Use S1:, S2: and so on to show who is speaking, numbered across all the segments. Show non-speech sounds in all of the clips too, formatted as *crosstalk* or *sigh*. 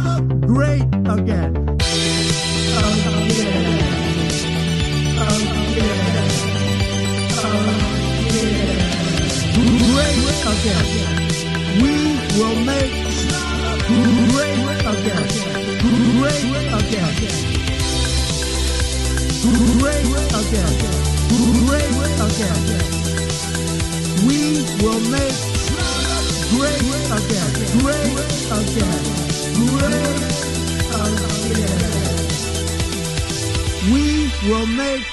S1: great again. Again. Again. Again. Great again. We will make great again. Great again. Great again. Great again. We will make great again. Great again. Great again. We will make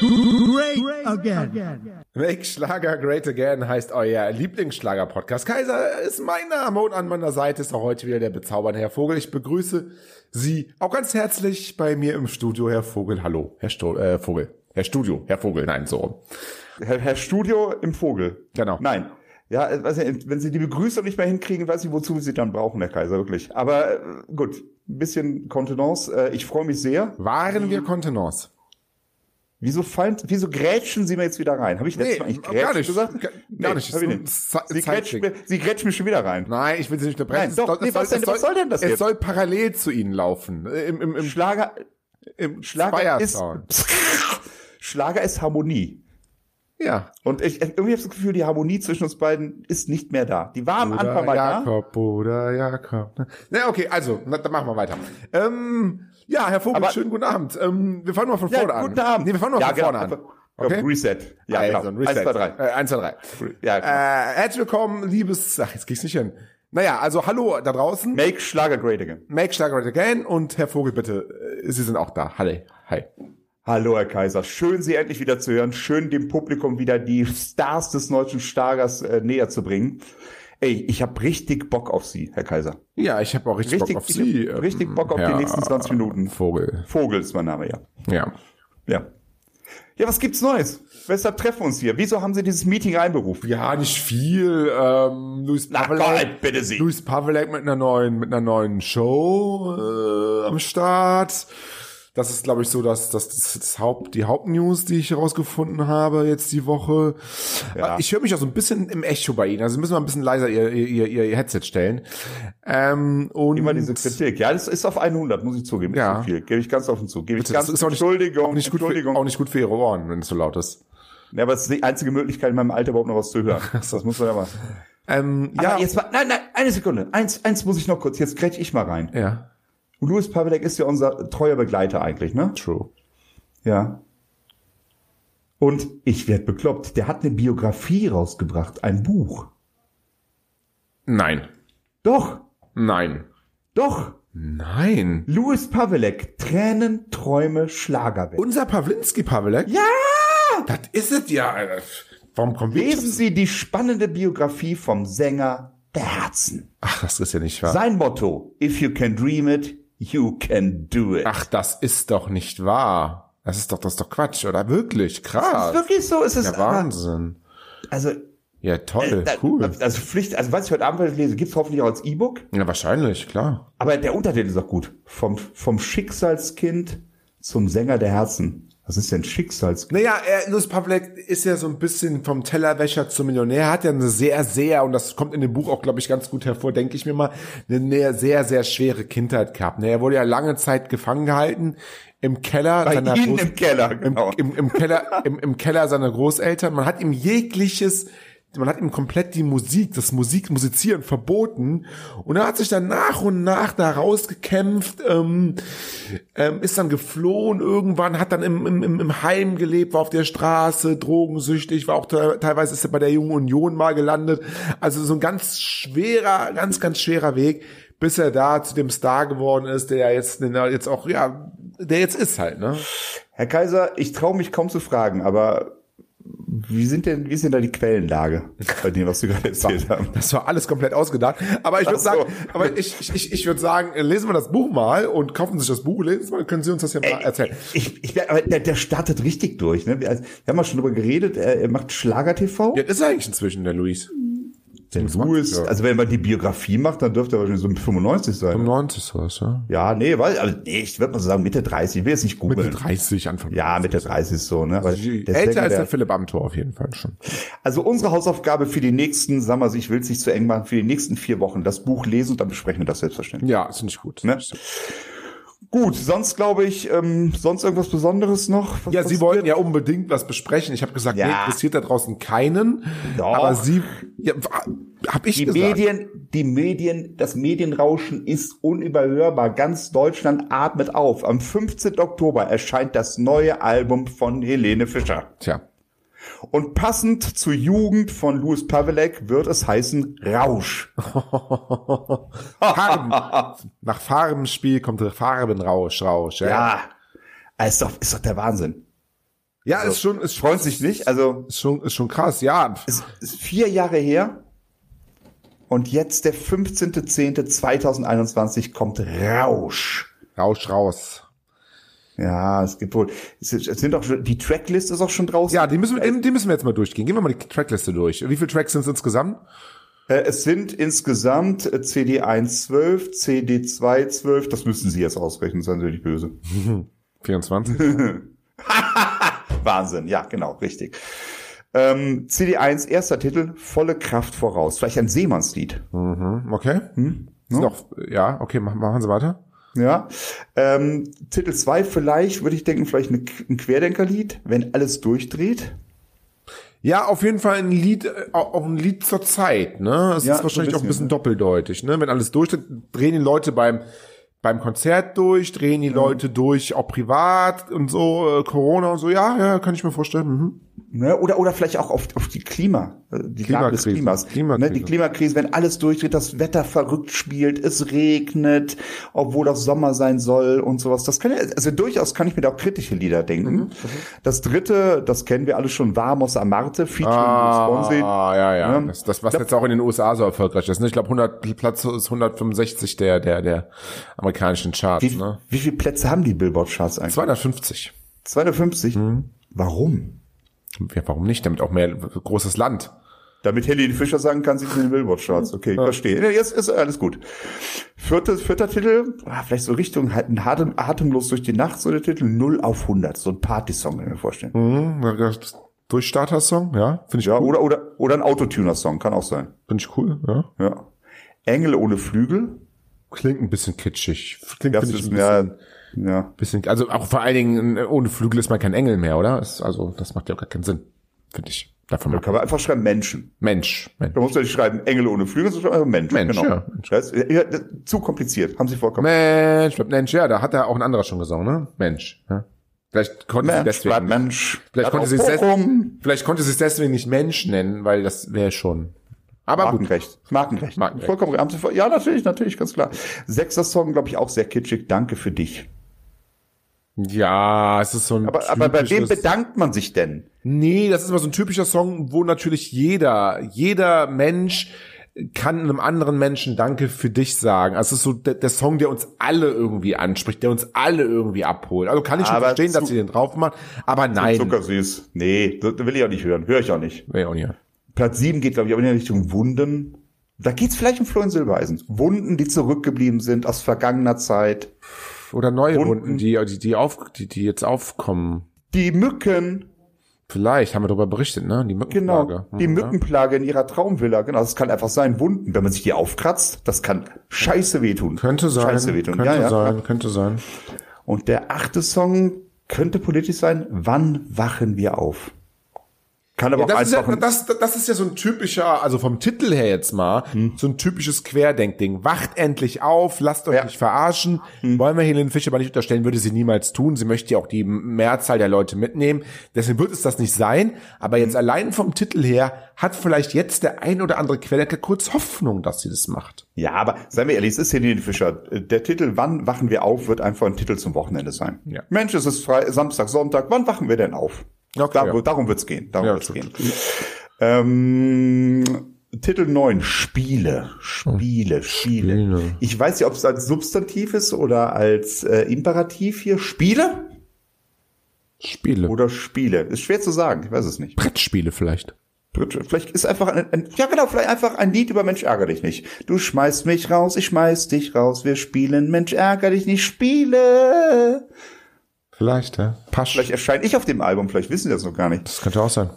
S1: great again.
S2: Make Schlager Great Again heißt euer Lieblingsschlager-Podcast. Kaiser ist mein Name und an meiner Seite ist auch heute wieder der bezaubernde Herr Vogel. Ich begrüße Sie auch ganz herzlich bei mir im Studio, Herr Vogel. Hallo, Herr Sto äh, Vogel. Herr Studio, Herr Vogel, nein, so rum.
S3: Herr, Herr Studio im Vogel.
S2: Genau.
S3: Nein. Ja, äh, weiß nicht, wenn Sie die Begrüßung nicht mehr hinkriegen, weiß ich, wozu Sie dann brauchen, Herr Kaiser, wirklich. Aber äh, gut, ein bisschen Kontenance. Äh, ich freue mich sehr.
S2: Waren wir Kontenance?
S3: Wieso fallen, wieso grätschen Sie mir jetzt wieder rein? Habe ich letztes Mal eigentlich grätschen
S2: gar nicht.
S3: gesagt?
S2: Gar,
S3: Nee,
S2: gar nicht.
S3: hab ich nicht.
S2: Es ist ein Ze-
S3: Sie
S2: Zeitdruck.
S3: grätschen, mir, Sie grätschen mir schon wieder rein.
S2: Nein, ich will Sie nicht unterbrechen.
S3: Nein, doch,
S2: es
S3: nee, was denn- was soll denn das
S2: Es
S3: jetzt?
S2: soll parallel zu Ihnen laufen. Äh, Im, im, im,
S3: Schlager,
S2: im
S3: Schlager ist,
S2: Zweiersound.
S3: Schlager ist Harmonie.
S2: Ja.
S3: Und ich, irgendwie habe ich das Gefühl, die Harmonie zwischen uns beiden ist nicht mehr da. Die war am Anfang ne? mal da.
S2: Jakob, Bruder Jakob. ne? Na, okay, also, na, dann machen wir weiter. Ähm, ja, Herr Vogel,
S3: Aber-
S2: schönen guten Abend. Ähm, wir fangen mal von
S3: Ja,
S2: vorne an.
S3: guten Abend.
S2: Nee, wir fangen mal
S3: ja,
S2: von
S3: genau.
S2: vorne an.
S3: Einfach- Ja, Reset. Ja,
S2: also,
S3: genau.
S2: ein Reset.
S3: 1, 2, 3.
S2: Äh, 1, 2, 3.
S3: Ja, genau.
S2: Äh, herzlich willkommen, liebes, ach, jetzt krieg's nicht hin. Naja, also hallo da draußen.
S3: Make Schlager Great Again.
S2: Make Schlager Great Again und Herr Vogel, bitte, äh, Sie sind auch da. Halle, hi.
S3: Hallo, Herr Kaiser. Schön, Sie endlich wieder zu hören. Schön, dem Publikum wieder die Stars des deutschen Schlagers äh, näher zu bringen. Ey, ich habe richtig Bock auf Sie, Herr Kaiser.
S2: Ja, ich habe auch richtig,
S3: Richtig-
S2: Bock auf
S3: ich
S2: Sie.
S3: hab
S2: ähm,
S3: richtig Bock auf die
S2: Herr
S3: nächsten 20 Minuten.
S2: Vogel,
S3: Vogel ist mein Name, ja.
S2: ja.
S3: Ja. Ja, was gibt's Neues? Weshalb treffen wir uns hier? Wieso haben Sie dieses Meeting einberufen?
S2: Ja, nicht viel. Ähm, Luis
S3: Na
S2: Pavelek,
S3: Gott, bitte Sie.
S2: Luis Pavelek mit einer neuen, mit einer neuen Show äh, am Start. Das ist, glaube ich, so das, das, das, das Haupt, die Hauptnews, die ich herausgefunden habe jetzt die Woche. Äh, Ich höre mich auch so ein bisschen im Echo bei Ihnen. Also müssen wir ein bisschen leiser Ihr, Ihr, Ihr, Ihr Headset stellen. Ähm, und
S3: Immer diese Kritik. Ja, das ist auf 100, muss ich zugeben. Ist
S2: Ja.
S3: zu viel. Gebe ich ganz offen zu. Gebe ich
S2: Bitte,
S3: ganz
S2: das ist auch nicht,
S3: Entschuldigung,
S2: auch nicht gut
S3: Entschuldigung.
S2: Für, auch nicht gut für Ihre Ohren, wenn es so laut ist.
S3: Ja, aber es ist die einzige Möglichkeit, in meinem Alter überhaupt noch was zu hören. Das muss man ja mal.
S2: Ähm,
S3: Ja,
S2: ja,
S3: jetzt mal, nein, nein, eine Sekunde. Eins, eins muss ich noch kurz. Jetzt grätsch ich mal rein.
S2: ja,
S3: Und Louis Pavelek ist ja unser treuer Begleiter eigentlich, ne?
S2: true.
S3: Ja. Und ich werd bekloppt. Der hat eine Biografie rausgebracht, ein Buch.
S2: Nein,
S3: Doch,
S2: nein,
S3: doch.
S2: nein.
S3: Louis Pavelek, Tränen, Träume, Schlagerwelt.
S2: Unser Pawlinski Pawlek?
S3: Ja!
S2: Das ist es ja. Alter. Warum kommt
S3: Lesen Sie die spannende Biografie vom Sänger der Herzen.
S2: Ach, das ist ja nicht wahr.
S3: Sein Motto, if you can dream it, you can do it.
S2: Ach, das ist doch nicht wahr. Das ist doch, das ist doch Quatsch, oder? Wirklich,
S3: ist
S2: krass.
S3: es wirklich so? Ist es,
S2: Ah, ja, Wahnsinn.
S3: also,
S2: Ja, toll,
S3: da,
S2: cool.
S3: also Pflicht, also was ich heute Abend lese, gibt's hoffentlich auch als E-Book.
S2: Ja, wahrscheinlich, klar.
S3: Aber der Untertitel ist auch gut. Vom, vom Schicksalskind zum Sänger der Herzen. Was ist denn Schicksalskind?
S2: Naja, er, Louis Pavlek ist ja so ein bisschen vom Tellerwäscher zum Millionär, hat ja eine sehr, sehr, und das kommt in dem Buch auch, glaube ich, ganz gut hervor, denke ich mir mal, eine sehr, sehr, sehr schwere Kindheit gehabt. Ne, Er wurde ja lange Zeit gefangen gehalten im Keller.
S3: Bei
S2: seiner
S3: Ihnen
S2: Groß-
S3: im Keller,
S2: im,
S3: genau.
S2: im, im, Keller, im, im Keller seiner Großeltern. Man hat ihm jegliches, man hat ihm komplett die Musik, das Musik, Musizieren verboten. Und er hat sich dann nach und nach da rausgekämpft, ähm, ähm, ist dann geflohen irgendwann, hat dann im, im, im- im Heim gelebt, war auf der Straße, drogensüchtig, war auch te teilweise ist er bei der Jungen Union mal gelandet. Also so ein ganz schwerer, ganz, ganz schwerer Weg, bis er da zu dem Star geworden ist, der ja jetzt, den er jetzt auch, ja, der jetzt ist halt, ne?
S3: Herr Kaiser, ich traue mich kaum zu fragen, aber wie sind denn, wie ist denn da die Quellenlage bei dem, was Sie
S2: *laughs*
S3: gerade erzählt haben?
S2: Das war alles komplett ausgedacht. Aber ich würde
S3: Ach so.
S2: sagen, aber ich, ich, ich, ich würde sagen, äh, lesen wir das Buch mal und kaufen Sie sich das Buch, lesen Sie es mal, können Sie uns das ja mal erzählen.
S3: Ich, ich, aber der, der startet richtig durch. Ne? Wir, also, wir haben ja schon drüber geredet, er, er macht Schlager-TV.
S2: Jetzt ist er eigentlich inzwischen der Luis.
S3: Zensur
S2: 25,
S3: ist, also wenn man die Biografie macht, dann dürfte er wahrscheinlich so 95 sein.
S2: 90 was, ja.
S3: Ja, nee, weil, also nee, ich würde mal so sagen Mitte 30, ich will jetzt nicht
S2: Mitte
S3: googeln.
S2: 30, Anfang. Also,
S3: Ja, Mitte 30 ist so, ne? Weil der
S2: Älter als
S3: Sänger,
S2: der Philipp Amthor auf jeden Fall schon.
S3: Also unsere Hausaufgabe für die nächsten, sagen wir, ich will es nicht zu eng machen, für die nächsten vier Wochen das Buch lesen und dann besprechen wir das selbstverständlich.
S2: Ja, ist nicht gut.
S3: Ne? Gut, sonst glaube ich, ähm, sonst irgendwas Besonderes noch? Was
S2: Ja,
S3: was-
S2: Sie wollten ja unbedingt was besprechen. Ich habe gesagt,
S3: Ja.
S2: nee, interessiert da draußen keinen.
S3: Doch.
S2: Aber Sie, ja, habe ich
S3: die
S2: gesagt.
S3: Medien, die Medien, das Medienrauschen ist unüberhörbar. Ganz Deutschland atmet auf. Am 15. Oktober erscheint das neue Album von Helene Fischer.
S2: Tja,
S3: Und passend zur Jugend von Louis Pavelek wird es heißen Rausch. *laughs*
S2: Farben. Nach Farbenspiel kommt der Farbenrausch, Rausch. Ja, ja.
S3: Ja. Also Ist doch, ist doch der Wahnsinn.
S2: ja ist schon, ist schon,
S3: Freut Also, sich nicht? Also,
S2: ist schon, ist schon krass. Ja,
S3: es ist vier Jahre her. Und jetzt der 15.10.2021 kommt Rausch.
S2: Rausch raus.
S3: Ja, es gibt wohl. Es es sind auch schon, die Tracklist ist auch schon draußen.
S2: Ja, die müssen, die, die müssen wir jetzt mal durchgehen. Gehen wir mal die Trackliste durch. Wie viele Tracks sind es insgesamt?
S3: Äh, Es sind insgesamt äh, CD1 12, CD2 12, das müssen Sie jetzt ausrechnen, seien Sie nicht böse. *laughs*
S2: 24.
S3: Wahnsinn, ja, genau, richtig. Ähm, CD1, erster Titel, volle Kraft voraus. Vielleicht ein Seemannslied. Hm?
S2: Mhm, okay. Ist noch, ja, okay, machen, machen Sie weiter.
S3: Ja. Ähm, Titel 2 vielleicht, würde ich denken, vielleicht eine, ein Querdenkerlied, wenn alles durchdreht.
S2: Ja, auf jeden Fall ein Lied, äh, auch auch ein Lied zur Zeit, ne? Es
S3: Ja,
S2: ist wahrscheinlich
S3: so ein
S2: auch ein bisschen
S3: bisschen,
S2: doppeldeutig, ne? Wenn alles durch, drehen die Leute beim, beim Konzert durch, drehen
S3: Mhm.
S2: die Leute durch, auch privat und so, äh, Corona und so, ja, ja, kann ich mir vorstellen. Mhm.
S3: Ne? Oder, oder vielleicht auch auf, auf die Klima, äh, die Lage des
S2: Klimakrise.
S3: Klimas.
S2: Klimakrise.
S3: Ne? Die Klimakrise, wenn alles durchdreht, das Wetter verrückt spielt, es regnet, obwohl das Sommer sein soll und sowas. Das kann ja, also durchaus kann ich mir da auch kritische Lieder denken.
S2: Mhm.
S3: Das dritte, das kennen wir alle schon, Vamos Amarte, featuring Luis Fonsi.
S2: Ah, ja, ja.
S3: Ne?
S2: Das, das, was jetzt auch in den USA so erfolgreich ist, ne? Ich glaube, 100, Platz ist 165 der, der, der amerikanischen Charts,
S3: Wie,
S2: ne?
S3: wie viele Plätze haben die Billboard-Charts eigentlich?
S2: 250.
S3: 250?
S2: Mhm.
S3: Warum?
S2: Ja, warum nicht? Damit auch mehr großes Land.
S3: Damit Helene Fischer sagen kann, sie sind in den Billboard-Charts. Okay, ich verstehe. Ja, Jetzt ist alles gut. Viertes, vierter Titel, ah, vielleicht so Richtung halt ein Atem, Atemlos durch die Nacht, so der Titel 0 auf 100. So ein Party-Song, kann ich mir vorstellen.
S2: Mhm. Durchstarter-Song, ja, finde ich
S3: Ja,
S2: cool.
S3: oder, oder, oder ein Autotuner-Song, kann auch sein.
S2: Finde ich cool, ja.
S3: Ja. Engel ohne Flügel.
S2: Klingt ein bisschen kitschig. Klingt
S3: Das
S2: finde ich
S3: ist,
S2: ein bisschen,
S3: ja, ja.
S2: bisschen, also auch vor allen Dingen äh, ohne Flügel ist man kein Engel mehr, oder? Ist, also das macht ja auch gar keinen Sinn, finde ich. Davon
S3: Da
S2: mal.
S3: kann man einfach schreiben Menschen.
S2: Mensch, Mensch.
S3: Da muss man nicht schreiben Engel ohne Flügel, sondern einfach Mensch.
S2: Mensch,
S3: genau.
S2: ja, Mensch.
S3: Das, ja, das, zu kompliziert, haben sie vollkommen.
S2: Mensch, bleibt Mensch, ja, da hat ja auch ein anderer schon gesungen, ne? Mensch. Ja. Vielleicht konnte sie
S3: Mensch,
S2: deswegen,
S3: bleibt Mensch.
S2: vielleicht
S3: Hat
S2: konnte
S3: auch
S2: sie es
S3: Bochum.
S2: vielleicht konnte sie es deswegen nicht Mensch nennen, weil das wäre schon. Aber gut.
S3: Markenrecht. Markenrecht.
S2: Markenrecht.
S3: Vollkommen. haben Sie voll- Ja, natürlich, natürlich, ganz klar. Sechster Song, glaube ich, auch sehr kitschig. Danke für dich.
S2: Ja, es ist so ein.
S3: Aber, aber bei wem
S2: typisches-
S3: bedankt man sich denn?
S2: Nee, das ist immer so ein typischer Song, wo natürlich jeder, jeder Mensch kann einem anderen Menschen Danke für dich sagen. Also es ist so der, der Song, der uns alle irgendwie anspricht, der uns alle irgendwie abholt. Also kann ich schon
S3: Aber
S2: verstehen,
S3: zu-
S2: dass sie den drauf machen, aber nein.
S3: Zuckersüß. Nee, das will ich auch nicht hören. Höre ich auch nicht.
S2: Nee, auch nicht.
S3: Platz sieben geht, glaube ich, auch in die Richtung Wunden. Da geht's vielleicht um Florian Silbereisen. Wunden, die zurückgeblieben sind aus vergangener Zeit.
S2: Oder neue
S3: Wunden.
S2: Runden, die, die, die, auf, die, die jetzt aufkommen.
S3: Die Mücken,
S2: Vielleicht haben wir darüber berichtet, ne? Die
S3: genau.
S2: Mückenplage. Hm,
S3: Die
S2: ja.
S3: Mückenplage in ihrer Traumvilla. Genau, das kann einfach sein. Wunden, wenn man sich die aufkratzt, das kann scheiße wehtun.
S2: Könnte sein.
S3: Scheiße wehtun.
S2: könnte
S3: ja, ja.
S2: sein, könnte sein.
S3: Und der achte Song könnte politisch sein, wann wachen wir auf? Kann aber
S2: Ja,
S3: auch
S2: das, ist ja,
S3: einfach ein,
S2: das, das ist ja so ein typischer, also vom Titel her jetzt mal,
S3: Hm.
S2: so ein typisches Querdenkding. Wacht endlich auf, lasst euch
S3: Ja. Hm.
S2: nicht verarschen. Wollen wir Helene Fischer aber nicht unterstellen, würde sie niemals tun. Sie möchte ja auch die Mehrzahl der Leute mitnehmen. Deswegen wird es das nicht sein. Aber
S3: Hm.
S2: jetzt allein vom Titel her hat vielleicht jetzt der ein oder andere Querdenker kurz Hoffnung, dass sie das macht.
S3: Ja, aber seien wir ehrlich, es ist Helene Fischer. Der Titel Wann wachen wir auf wird einfach ein Titel zum Wochenende sein.
S2: Ja.
S3: Mensch, es ist Fre Samstag, Sonntag, wann wachen wir denn auf?
S2: Okay,
S3: Dar
S2: ja.
S3: Darum wird's gehen. Darum
S2: Ja,
S3: wird's
S2: tut-
S3: gehen. Ähm, Titel 9, Spiele, Spiele, Spiele.
S2: Spiele.
S3: Ich weiß nicht, ob es als Substantiv ist oder als äh, Imperativ hier. Spiele
S2: Spiele.
S3: oder Spiele? Ist schwer zu sagen, ich weiß es nicht.
S2: Brettspiele vielleicht.
S3: Bridget. Vielleicht ist einfach ein, ein, ja genau, vielleicht einfach ein Lied über Mensch ärger dich nicht. Du schmeißt mich raus, ich schmeiß dich raus, wir spielen Mensch ärger dich nicht, Spiele.
S2: Vielleicht, ja. Pasch.
S3: Vielleicht erscheine ich auf dem Album, vielleicht wissen wir das noch gar nicht.
S2: Das könnte auch sein.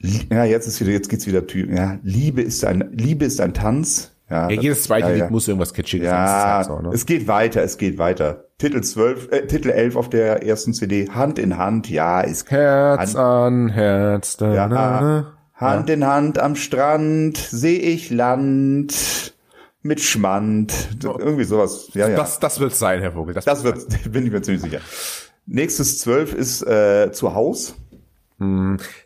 S3: Ja, jetzt ist wieder, jetzt geht's wieder, Tü- ja, Liebe ist ein, Liebe ist ein Tanz. Ja,
S4: Ja,
S3: das-
S4: jedes zweite
S3: ja,
S4: Lied
S3: ja.
S4: muss irgendwas Kitschiges
S3: Ja,
S4: sein. das ist halt so, ne?
S3: es geht weiter, es geht weiter. Titel 12, äh, Titel 11 auf der ersten CD, Hand in Hand, ja, ist klar.
S2: Herz an Herz. Da,
S3: Ja,
S2: na, na.
S3: Hand in Hand am Strand, seh ich Land mit Schmand.
S2: Oh.
S3: Irgendwie sowas, ja, ja.
S4: Das, das wird's sein, Herr Vogel. Das,
S3: Das wird, *laughs* bin ich mir ziemlich sicher. Nächstes 12 ist äh, zu Haus.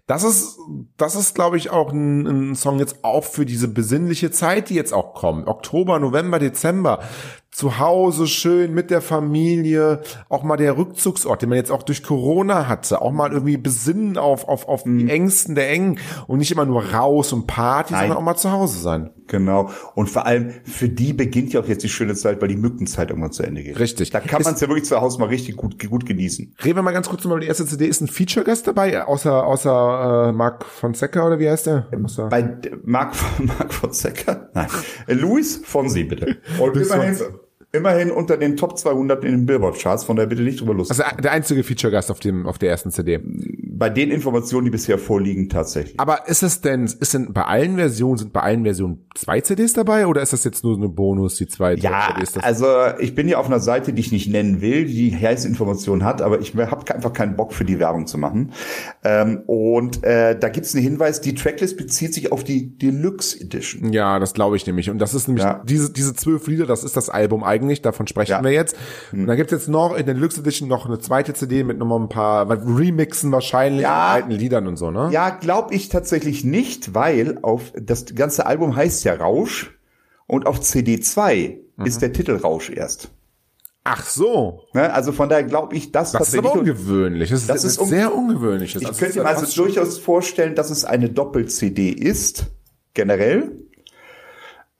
S2: Das ist, das ist, glaube ich, auch ein, ein Song jetzt auch für diese besinnliche Zeit, die jetzt auch kommt. Oktober, November, Dezember. Zu Hause schön mit der Familie, auch mal der Rückzugsort, den man jetzt auch durch Corona hatte, auch mal irgendwie besinnen auf, auf, auf die Ängsten der Engen und nicht immer nur raus und Party, sondern auch mal zu Hause sein.
S3: Genau. Und vor allem, für die beginnt ja auch jetzt die schöne Zeit, weil die Mückenzeit irgendwann zu Ende geht.
S2: Richtig.
S3: Da kann
S2: Ist-
S3: man es ja wirklich zu Hause mal richtig gut, gut genießen.
S2: Reden wir mal ganz kurz nochmal über die erste CD. Ist ein Feature-Gast dabei, außer, außer äh, Mark von Secker oder wie heißt der? Außer-
S3: Bei D- *laughs* Marc, Marc von Secker? Nein. Äh, Luis Fonsi, bitte. Und
S2: Luis
S3: immerhin,
S2: Fonsi.
S3: immerhin unter den Top 200 in den Billboard-Charts, von daher bitte nicht drüber lustig.
S2: Das ist der einzige Feature-Gast auf, dem, auf der ersten CD.
S3: Bei den Informationen, die bisher vorliegen, tatsächlich.
S2: Aber ist es denn, ist denn bei allen Versionen, sind bei allen Versionen zwei CDs dabei oder ist das jetzt nur so eine Bonus, die zwei
S3: Ja,
S2: CDs? Das,
S3: also ich bin ja auf einer Seite, die ich nicht nennen will, die heiße Informationen hat, aber ich habe einfach keinen Bock für die Werbung zu machen. Ähm, und äh, da gibt's einen Hinweis, die Tracklist bezieht sich auf die Deluxe Edition.
S2: ja, das glaube ich nämlich. Und das ist nämlich,
S3: Ja.
S2: diese, diese zwölf Lieder, das ist das Album eigentlich, davon sprechen
S3: Ja. Hm.
S2: wir jetzt. Und dann gibt's jetzt noch in der Deluxe Edition noch eine zweite CD mit nochmal ein paar Remixen wahrscheinlich
S3: Ja.
S2: von alten Liedern und so, ne?
S3: Ja, glaube ich tatsächlich nicht, weil auf das ganze Album heißt ja Rausch und auf CD2
S2: Mhm.
S3: ist der Titel Rausch erst.
S2: Ach so.
S3: Ne? Also von daher glaube ich, dass
S2: Das ist aber ungewöhnlich. Das ist,
S3: Das ist
S2: etwas
S3: un-
S2: sehr ungewöhnliches.
S3: Ich
S2: Also,
S3: könnte mir
S2: das
S3: also
S2: ist-
S3: durchaus vorstellen, dass es eine Doppel-CD ist, generell.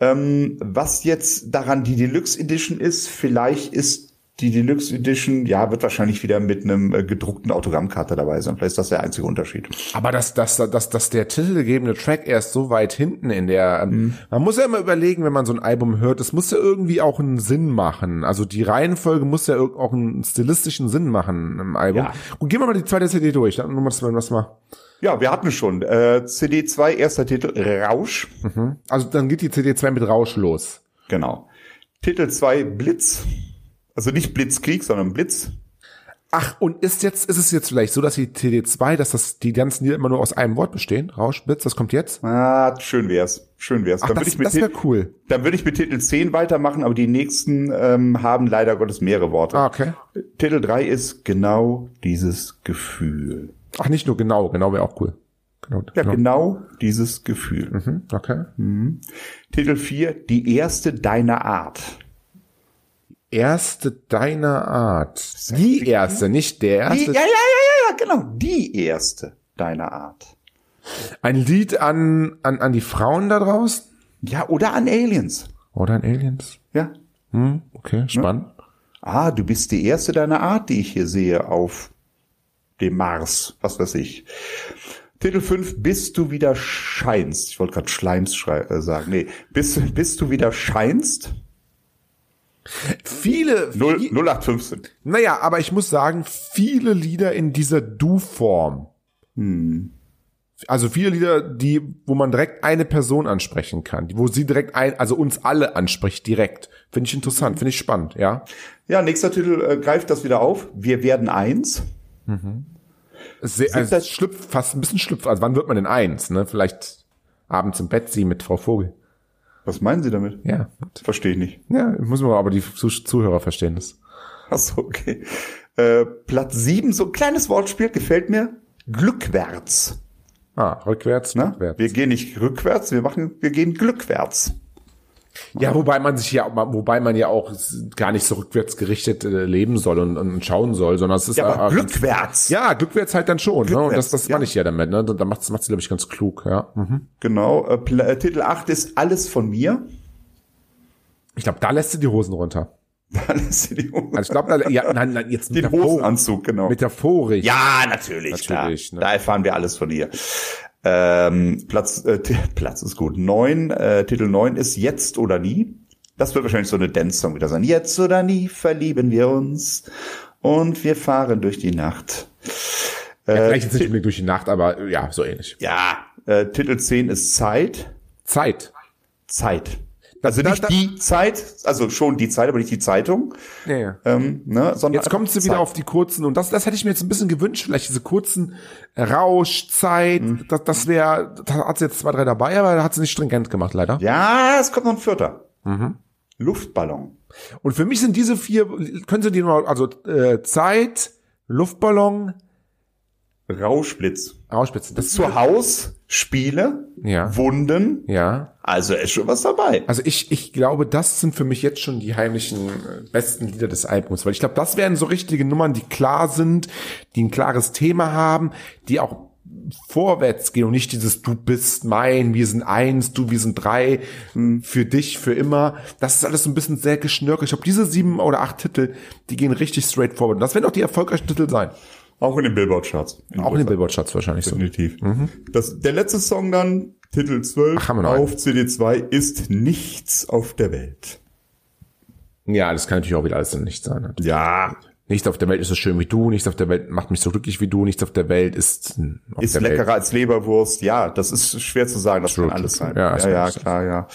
S3: Ähm, was jetzt daran die Deluxe Edition ist, vielleicht ist die Deluxe Edition, ja, wird wahrscheinlich wieder mit einem äh, gedruckten Autogrammkarte dabei sein. Vielleicht ist das der einzige Unterschied.
S2: Aber dass, dass, dass, dass der titelgegebene Track erst so weit hinten in der, ähm,
S3: Mhm.
S2: man muss ja immer überlegen, wenn man so ein Album hört, es muss ja irgendwie auch einen Sinn machen. Also die Reihenfolge muss ja irg- auch einen stilistischen Sinn machen im Album.
S3: Ja.
S2: Und gehen wir mal die zweite CD durch, dann machen wir das mal.
S3: Ja, wir hatten schon. Äh, CD 2, erster Titel,
S2: *laughs*
S3: Rausch.
S2: Also dann geht die CD 2 mit Rausch los.
S3: Genau. Titel 2, Blitz. Also nicht Blitzkrieg, sondern Blitz.
S2: Ach, und ist jetzt, ist es jetzt vielleicht so, dass die CD 2, dass das, die ganzen Lieder immer nur aus einem Wort bestehen? Rausch, Blitz, das kommt jetzt?
S3: Ah, schön wär's. Schön wär's.
S2: Ach,
S3: Dann würd
S2: das,
S3: mit
S2: das
S3: Tit-
S2: wäre cool.
S3: Dann würde ich mit Titel 10 weitermachen, aber die nächsten ähm, haben leider Gottes mehrere Worte.
S2: Ah, okay.
S3: Titel 3 ist genau dieses Gefühl.
S2: Ach, nicht nur genau, genau wäre auch cool. Genau,
S3: Ja, genau dieses Gefühl.
S2: Mhm, okay.
S3: Titel 4, die erste deiner Art.
S2: erste deiner Art. Die erste, nicht der
S3: Die, ja,
S2: erste.
S3: ja, ja, ja, ja, genau. Die erste deiner Art.
S2: Ein Lied an, an, an die Frauen da draußen?
S3: Ja, oder an Aliens.
S2: Oder an Aliens?
S3: Ja.
S2: Hm, okay, spannend.
S3: Ah, du bist die erste deiner Art, die ich hier sehe auf dem Mars. Was weiß ich. Titel 5, bis du wieder scheinst. Ich wollte gerade Schleims schrei- äh, sagen. Nee, bis, bis du wieder scheinst.
S2: Viele,
S3: Null-
S2: viel,
S3: 0815.
S2: naja, aber ich muss sagen, viele Lieder in dieser Du-Form.
S3: Hm.
S2: Also viele Lieder, die, wo man direkt eine Person ansprechen kann, wo sie direkt ein, also uns alle anspricht, direkt. Finde ich
S3: Mhm.
S2: interessant, finde ich spannend, ja.
S3: Ja, nächster Titel äh, greift das wieder auf. Wir werden eins.
S2: Ist Sehr, also
S3: das-
S2: schlüpft fast ein bisschen schlüpft. Also wann wird man denn eins, ne? Vielleicht abends im Bett sie mit Frau Vogel.
S3: Was meinen Sie damit?
S2: Ja,
S3: Verstehe ich nicht.
S2: Ja, muss man aber die Zuh- Zuhörer verstehen. Das.
S3: Ach so, okay. Äh, Platz 7, so ein kleines Wortspiel, gefällt mir. Glückwärts.
S2: Ah, rückwärts,
S3: Ne?
S2: rückwärts.
S3: Wir gehen nicht rückwärts, wir machen, wir gehen glückwärts.
S2: Ja, wobei man sich ja, wobei man ja auch s- gar nicht so rückwärts gerichtet äh, leben soll und, und schauen soll, sondern es ist
S3: Ja, aber
S2: äh, äh,
S3: glückwärts.
S2: Ja, glückwärts halt dann schon. Ne? Und das,
S3: Glückwärts,
S2: das
S3: ja.
S2: meine ich ja damit. Ne? Da macht macht sie glaube ich ganz klug. Ja. Mhm.
S3: Genau. Äh, Pla- äh, Titel 8 ist Alles von mir. *laughs*
S2: Ich glaube, da lässt sie die Hosen runter.
S3: Alles in die Hose.
S2: Also ich glaube, da- ja, oh. nein, nein, jetzt
S3: den
S2: metaphor-
S3: Hosenanzug, genau.
S2: metaphorisch.
S3: ja, natürlich.
S2: Natürlich, ne.
S3: klar. Da erfahren wir alles von ihr. Ähm, Platz, äh, T- Platz ist gut. Neun, äh, Titel neun ist Jetzt oder nie. Das wird wahrscheinlich so eine Dance-Song wieder sein. Jetzt oder nie verlieben wir uns und wir fahren durch die Nacht.
S4: Ja, vielleicht jetzt nicht unbedingt durch die Nacht, aber äh, ja, so ähnlich.
S3: Ja, äh, Titel 10 ist Zeit.
S4: Zeit.
S3: Zeit. Also
S2: da-
S3: nicht
S2: da-
S3: die Zeit, also schon die Zeit, aber nicht die Zeitung.
S2: Ja, ja.
S3: Ähm, ne, sondern
S2: Jetzt kommt sie wieder
S3: Zeit.
S2: auf die kurzen und das, das hätte ich mir jetzt ein bisschen gewünscht, vielleicht diese kurzen Rauschzeit.
S3: Mhm.
S2: Das, das wäre, da hat sie jetzt zwei, drei dabei, aber da hat sie nicht stringent gemacht, leider.
S3: Ja, es kommt noch ein vierter. Luftballon.
S2: Und für mich sind diese vier, können Sie die mal, also äh, Zeit, Luftballon,
S3: Rauschblitz.
S2: Rauschspitzen. Das
S3: Zu Haus, Spiele,
S2: Ja.
S3: Wunden.
S2: ja.
S3: Also ist schon was dabei.
S2: Also ich, ich glaube, das sind für mich jetzt schon die heimlichen äh, besten Lieder des Albums, weil ich glaube, das wären so richtige Nummern, die klar sind, die ein klares Thema haben, die auch vorwärts gehen und nicht dieses Du bist mein, wir sind eins, du, wir sind drei,
S4: Mhm.
S2: für dich, für immer. Das ist alles so ein bisschen sehr geschnörkelt. Ich glaube, diese sieben oder acht Titel, die gehen richtig straight forward. Und das werden auch die erfolgreichen Titel sein.
S3: Auch in den Billboard-Charts.
S2: Auch in den Billboard-Charts wahrscheinlich so.
S3: Definitiv. Das, der letzte Song dann, Titel 12
S4: Ach, haben wir noch
S3: auf CD2, ist Nichts auf der Welt.
S4: Ja, das kann natürlich auch wieder alles und nichts sein.
S3: Ja,
S4: Nichts auf der Welt ist so schön wie du, nichts auf der Welt macht mich so glücklich wie du, nichts auf der Welt ist hm, auf
S3: ist
S4: der
S3: leckerer
S4: Welt.
S3: als Leberwurst. Ja, das ist schwer zu sagen. Das kann alles sein.
S4: Ja,
S3: ja,
S4: das
S3: ja
S4: kann
S3: klar, ja.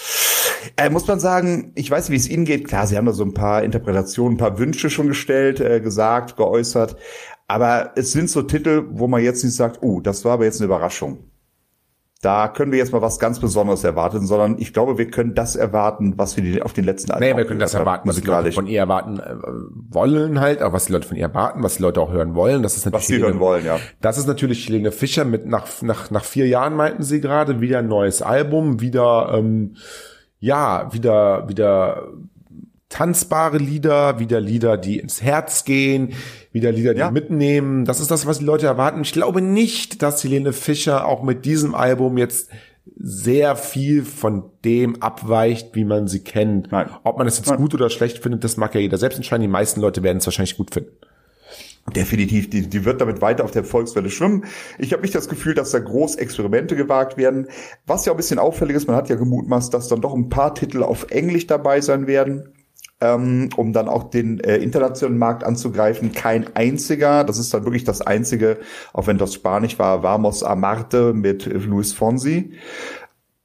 S3: Äh, muss man sagen, ich weiß, wie es Ihnen geht. Klar, Sie haben da so ein paar Interpretationen, ein paar Wünsche schon gestellt, äh, gesagt, geäußert. Aber es sind so Titel, wo man jetzt nicht sagt, oh, das war aber jetzt eine Überraschung. Da können wir jetzt mal was ganz Besonderes erwarten, sondern ich glaube, wir können das erwarten, was wir die- auf den letzten Alben
S4: Nee, wir können das
S3: abgehört haben,
S4: erwarten, was die Leute
S3: musikalisch.
S4: von ihr erwarten äh, wollen halt, auch was die Leute von ihr erwarten, was die Leute auch hören wollen. Das ist natürlich
S3: was sie hören
S4: Helene-
S3: wollen, ja.
S4: Das ist natürlich Helene Fischer mit nach, nach, nach vier Jahren, meinten sie gerade, wieder ein neues Album, wieder, ähm, ja, wieder, wieder tanzbare Lieder, wieder Lieder, die ins Herz gehen, wieder Lieder, die
S3: Ja.
S4: mitnehmen. Das ist das, was die Leute erwarten. Ich glaube nicht, dass Helene Fischer auch mit diesem Album jetzt sehr viel von dem abweicht, wie man sie kennt.
S3: Nein.
S4: Ob man es jetzt gut oder schlecht findet, das mag ja jeder selbst entscheiden. Die meisten Leute werden es wahrscheinlich gut finden.
S3: Definitiv, die, die wird damit weiter auf der Volkswelle schwimmen. Ich habe nicht das Gefühl, dass da groß Experimente gewagt werden. Was ja ein bisschen auffällig ist, man hat ja gemutmaßt, dass dann doch ein paar Titel auf Englisch dabei sein werden, ähm, um dann auch den äh, internationalen Markt anzugreifen. Kein einziger, das ist dann wirklich das einzige, auch wenn das Spanisch war, Vamos a Marte mit äh, Luis Fonsi.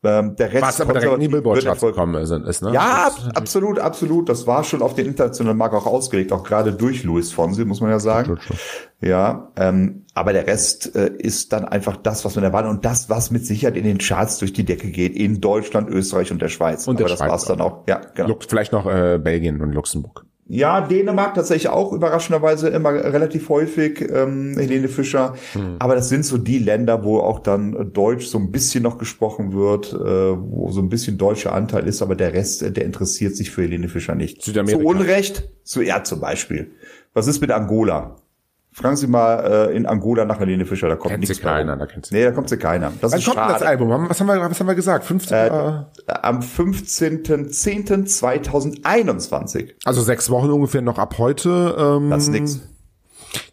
S3: Ähm, der Rest
S4: Was aber direkt in die
S3: konservativ wird
S4: Billboard-Charts
S3: erfolgreich.
S4: gekommen sind, ist, ne?
S3: Ja, ab- absolut, absolut. Das war schon auf den internationalen Markt auch ausgelegt, auch gerade durch Luis Fonsi, muss man ja sagen. Ja, ähm, aber der Rest äh, ist dann einfach das, was man erwartet und das, was mit Sicherheit in den Charts durch die Decke geht, in Deutschland, Österreich und der Schweiz.
S4: Und der
S3: aber das
S4: Schweiz
S3: war's dann auch. Ja, genau.
S4: Lux, vielleicht noch äh, Belgien und Luxemburg.
S3: Ja, Dänemark tatsächlich auch überraschenderweise immer relativ häufig, ähm, Helene Fischer. Aber das sind so die Länder, wo auch dann Deutsch so ein bisschen noch gesprochen wird, äh, wo so ein bisschen deutscher Anteil ist, aber der Rest, äh, der interessiert sich für Helene Fischer nicht.
S4: Südamerika.
S3: Zu Unrecht, zu, ja, zum Beispiel. Was ist mit Angola? Fragen Sie mal äh, in Angola nach Helene Fischer, da kommt
S4: Kennt
S3: nichts
S4: sie keiner,
S3: mehr rum.
S4: da kennt sie
S3: Nee, da kommt sie keiner. Das
S2: Wann
S3: ist
S2: kommt denn das
S3: schade.
S2: Album? Haben- Was haben wir, was haben wir gesagt? 15, äh,
S3: Am 15.10.2021.
S4: Also sechs Wochen ungefähr noch ab heute. Ähm,
S3: Das ist nix.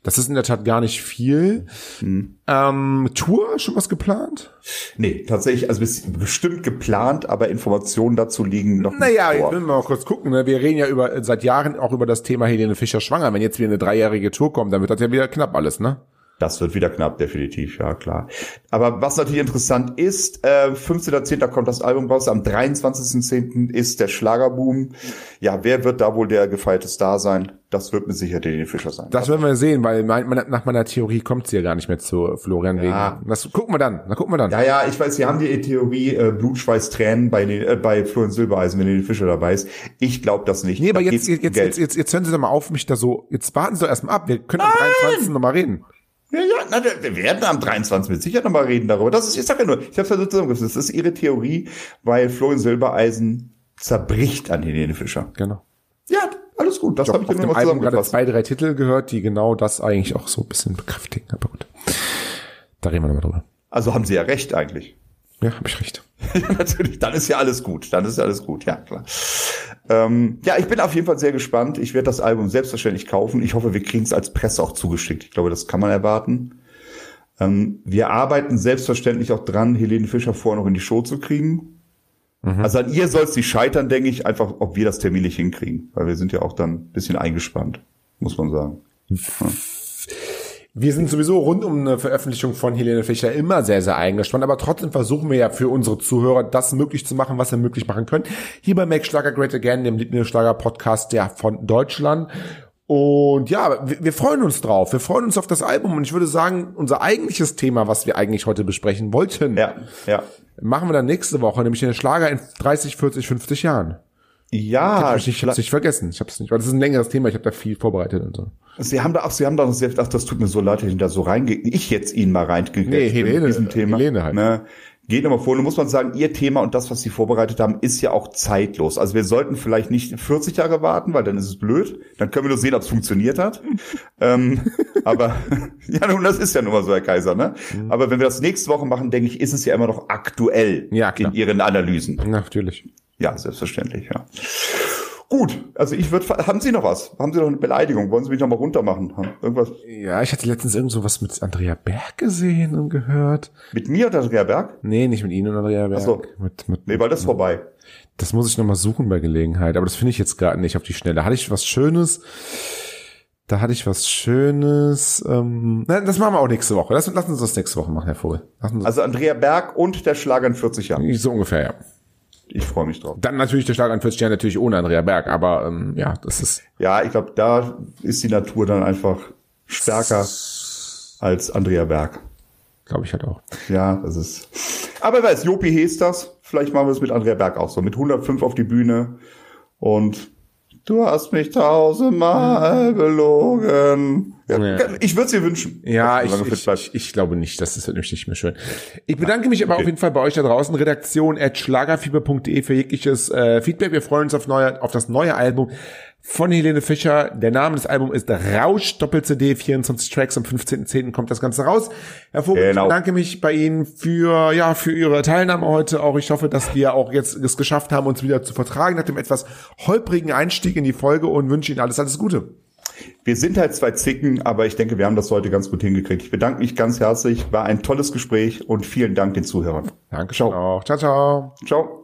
S4: das ist in der Tat gar nicht viel. Ähm, Tour, schon was geplant?
S3: Nee, tatsächlich, also bis- bestimmt geplant, aber Informationen dazu liegen noch
S4: Naja,
S3: nicht
S4: jetzt
S3: vor.
S4: müssen wir mal kurz gucken. Ne? Wir reden ja über seit Jahren auch über das Thema Helene Fischer schwanger. Wenn jetzt wieder eine dreijährige Tour kommt, dann wird das ja wieder knapp alles, ne?
S3: Das wird wieder knapp, definitiv, ja klar. Aber was natürlich interessant ist, äh, 15.10. kommt das Album raus, am 23.10. ist der Schlagerboom. Ja, wer wird da wohl der gefeierte Star sein? Das wird mit Sicherheit Helene Fischer sein.
S4: Das werden wir sehen, weil mein, mein, nach meiner Theorie kommt sie ja gar nicht mehr zu Florian wegen. Das gucken wir dann. Na gucken wir dann.
S3: ja, ja, ich weiß, Sie haben die Theorie äh, Blut, Schweiß, Tränen bei, den- äh, bei Florian Silbereisen, wenn Helene Fischer dabei ist. Ich glaube das nicht.
S4: Nee, aber
S3: Da
S4: jetzt,
S3: geht's um
S4: jetzt, jetzt,
S3: Geld.
S4: jetzt, jetzt, jetzt hören Sie doch mal auf, mich da so. Jetzt warten Sie doch erstmal ab. Wir können am 23. nochmal reden.
S3: Ja, ja, na, wir wir werden am 23. mit Sicherheit nochmal reden darüber. Das ist, ich sag ja nur, ich hab's ja so zusammengefasst. Das ist ihre Theorie, weil Florian Silbereisen zerbricht an Helene Fischer.
S4: Genau.
S3: Ja, alles gut, das habe ich
S4: auf
S3: dir
S4: dem
S3: nochmal
S4: Album gerade
S3: zusammengefasst.
S4: zwei, drei Titel gehört, die genau das eigentlich auch so ein bisschen bekräftigen. Aber gut. Da reden wir nochmal drüber.
S3: Also haben sie ja recht eigentlich.
S4: Ja, habe ich recht.
S3: Ja, *laughs* Natürlich, dann ist ja alles gut. Dann ist ja alles gut, ja klar. Ähm, ja, ich bin auf jeden Fall sehr gespannt. Ich werde das Album selbstverständlich kaufen. Ich hoffe, wir kriegen es als Presse auch zugeschickt. Ich glaube, das kann man erwarten. Ähm, wir arbeiten selbstverständlich auch dran, Helene Fischer vorher noch in die Show zu kriegen. Also an ihr soll es nicht scheitern, denke ich, einfach, ob wir das terminlich hinkriegen. Weil wir sind ja auch dann ein bisschen eingespannt, muss man sagen.
S2: Wir sind sowieso rund um eine Veröffentlichung von Helene Fischer immer sehr, sehr eingespannt, aber trotzdem versuchen wir ja für unsere Zuhörer das möglich zu machen, was wir möglich machen können. Hier bei Make Schlager Great Again, dem Lieblingsschlager Podcast ja von Deutschland. Und ja, wir, wir freuen uns drauf. Wir freuen uns auf das Album. Und ich würde sagen, unser eigentliches Thema, was wir eigentlich heute besprechen wollten,
S3: Ja, ja.
S2: machen wir dann nächste Woche, nämlich den Schlager in 30, 40, 50 Jahren.
S3: Ja,
S2: Ich, ich hab's nicht vergessen. Ich hab's nicht, weil das ist ein längeres Thema. Ich habe da viel vorbereitet und so.
S3: Sie haben da auch, Sie haben da noch sehr, ach, das tut mir so leid, dass ich da so reinge, ich jetzt Ihnen mal reingekriegt
S2: Nee, Helene,
S3: mit diesem
S2: äh,
S3: Thema.
S2: Helene halt.
S3: Ne? Geht nochmal vor, nun muss man sagen, Ihr Thema und das, was Sie vorbereitet haben, ist ja auch zeitlos. Also wir sollten vielleicht nicht 40 Jahre warten, weil dann ist es blöd. Dann können wir nur sehen, ob es
S2: *laughs*
S3: funktioniert hat. ähm, aber, *laughs* ja, nun, das ist ja nun mal so, Herr Kaiser, ne?
S2: Mhm.
S3: Aber wenn wir das nächste Woche machen, denke ich, ist es ja immer noch aktuell
S2: Ja, klar.
S3: in Ihren Analysen.
S2: Natürlich.
S3: Ja, selbstverständlich, ja. Gut, also ich würde, haben Sie noch was? Haben Sie noch eine Beleidigung? Wollen Sie mich noch mal runtermachen? Haben- Irgendwas
S2: Ja, ich hatte letztens irgend so was mit Andrea Berg gesehen und gehört.
S3: mit mir oder Andrea Berg?
S2: Nee, nicht mit Ihnen und Andrea Berg.
S3: Ach so.
S2: Mit, mit,
S3: Nee, weil das ist vorbei.
S2: Das muss ich nochmal suchen bei Gelegenheit, aber das finde ich jetzt gerade nicht auf die Schnelle. Hatte ich was Schönes? Da hatte ich was Schönes. Ähm, nein, das machen wir auch nächste Woche. Lass, lass uns das nächste Woche machen, Herr Vogel. Lass uns
S3: Also Andrea Berg und der Schlager in 40 Jahren.
S2: so ungefähr, ja.
S3: Ich freue mich drauf.
S2: Dann natürlich der Schlag an 40 Jahren natürlich ohne Andrea Berg, aber ähm, ja, das ist
S3: Ja, ich glaube, da ist die Natur dann einfach stärker als Andrea Berg.
S2: glaube ich halt auch.
S3: Ja, das ist. Aber wer weiß, Jopi Hesters, vielleicht machen wir es mit Andrea Berg auch so. Mit 105 auf die Bühne und du hast mich tausendmal belogen. Ja,
S2: Mhm. Ja.
S3: Ich würde es dir wünschen.
S2: Ja,
S3: dass
S2: ich,
S3: du lange fit
S2: ich,
S3: bleibst.
S2: ich, ich glaube nicht, das ist nämlich nicht mehr schön. Ich bedanke mich aber auf jeden Fall bei euch da draußen, Redaktion at schlagerfieber.de für jegliches äh, Feedback. Wir freuen uns auf, neue, auf das neue Album von Helene Fischer. Der Name des Albums ist Rausch, Doppel-CD, 24 Tracks. Am 15.10. kommt das Ganze raus. Herr Vogel,
S3: Genau.
S2: ich bedanke mich bei Ihnen für, ja, für Ihre Teilnahme heute auch. Ich hoffe, dass wir auch jetzt es geschafft haben, uns wieder zu vertragen nach dem etwas holprigen Einstieg in die Folge und wünsche Ihnen alles, alles Gute.
S3: Wir sind halt zwei Zicken, aber ich denke, wir haben das heute ganz gut hingekriegt. Ich bedanke mich ganz herzlich. War ein tolles Gespräch und vielen Dank den Zuhörern.
S2: Dankeschön auch. Ciao, ciao.
S3: Ciao.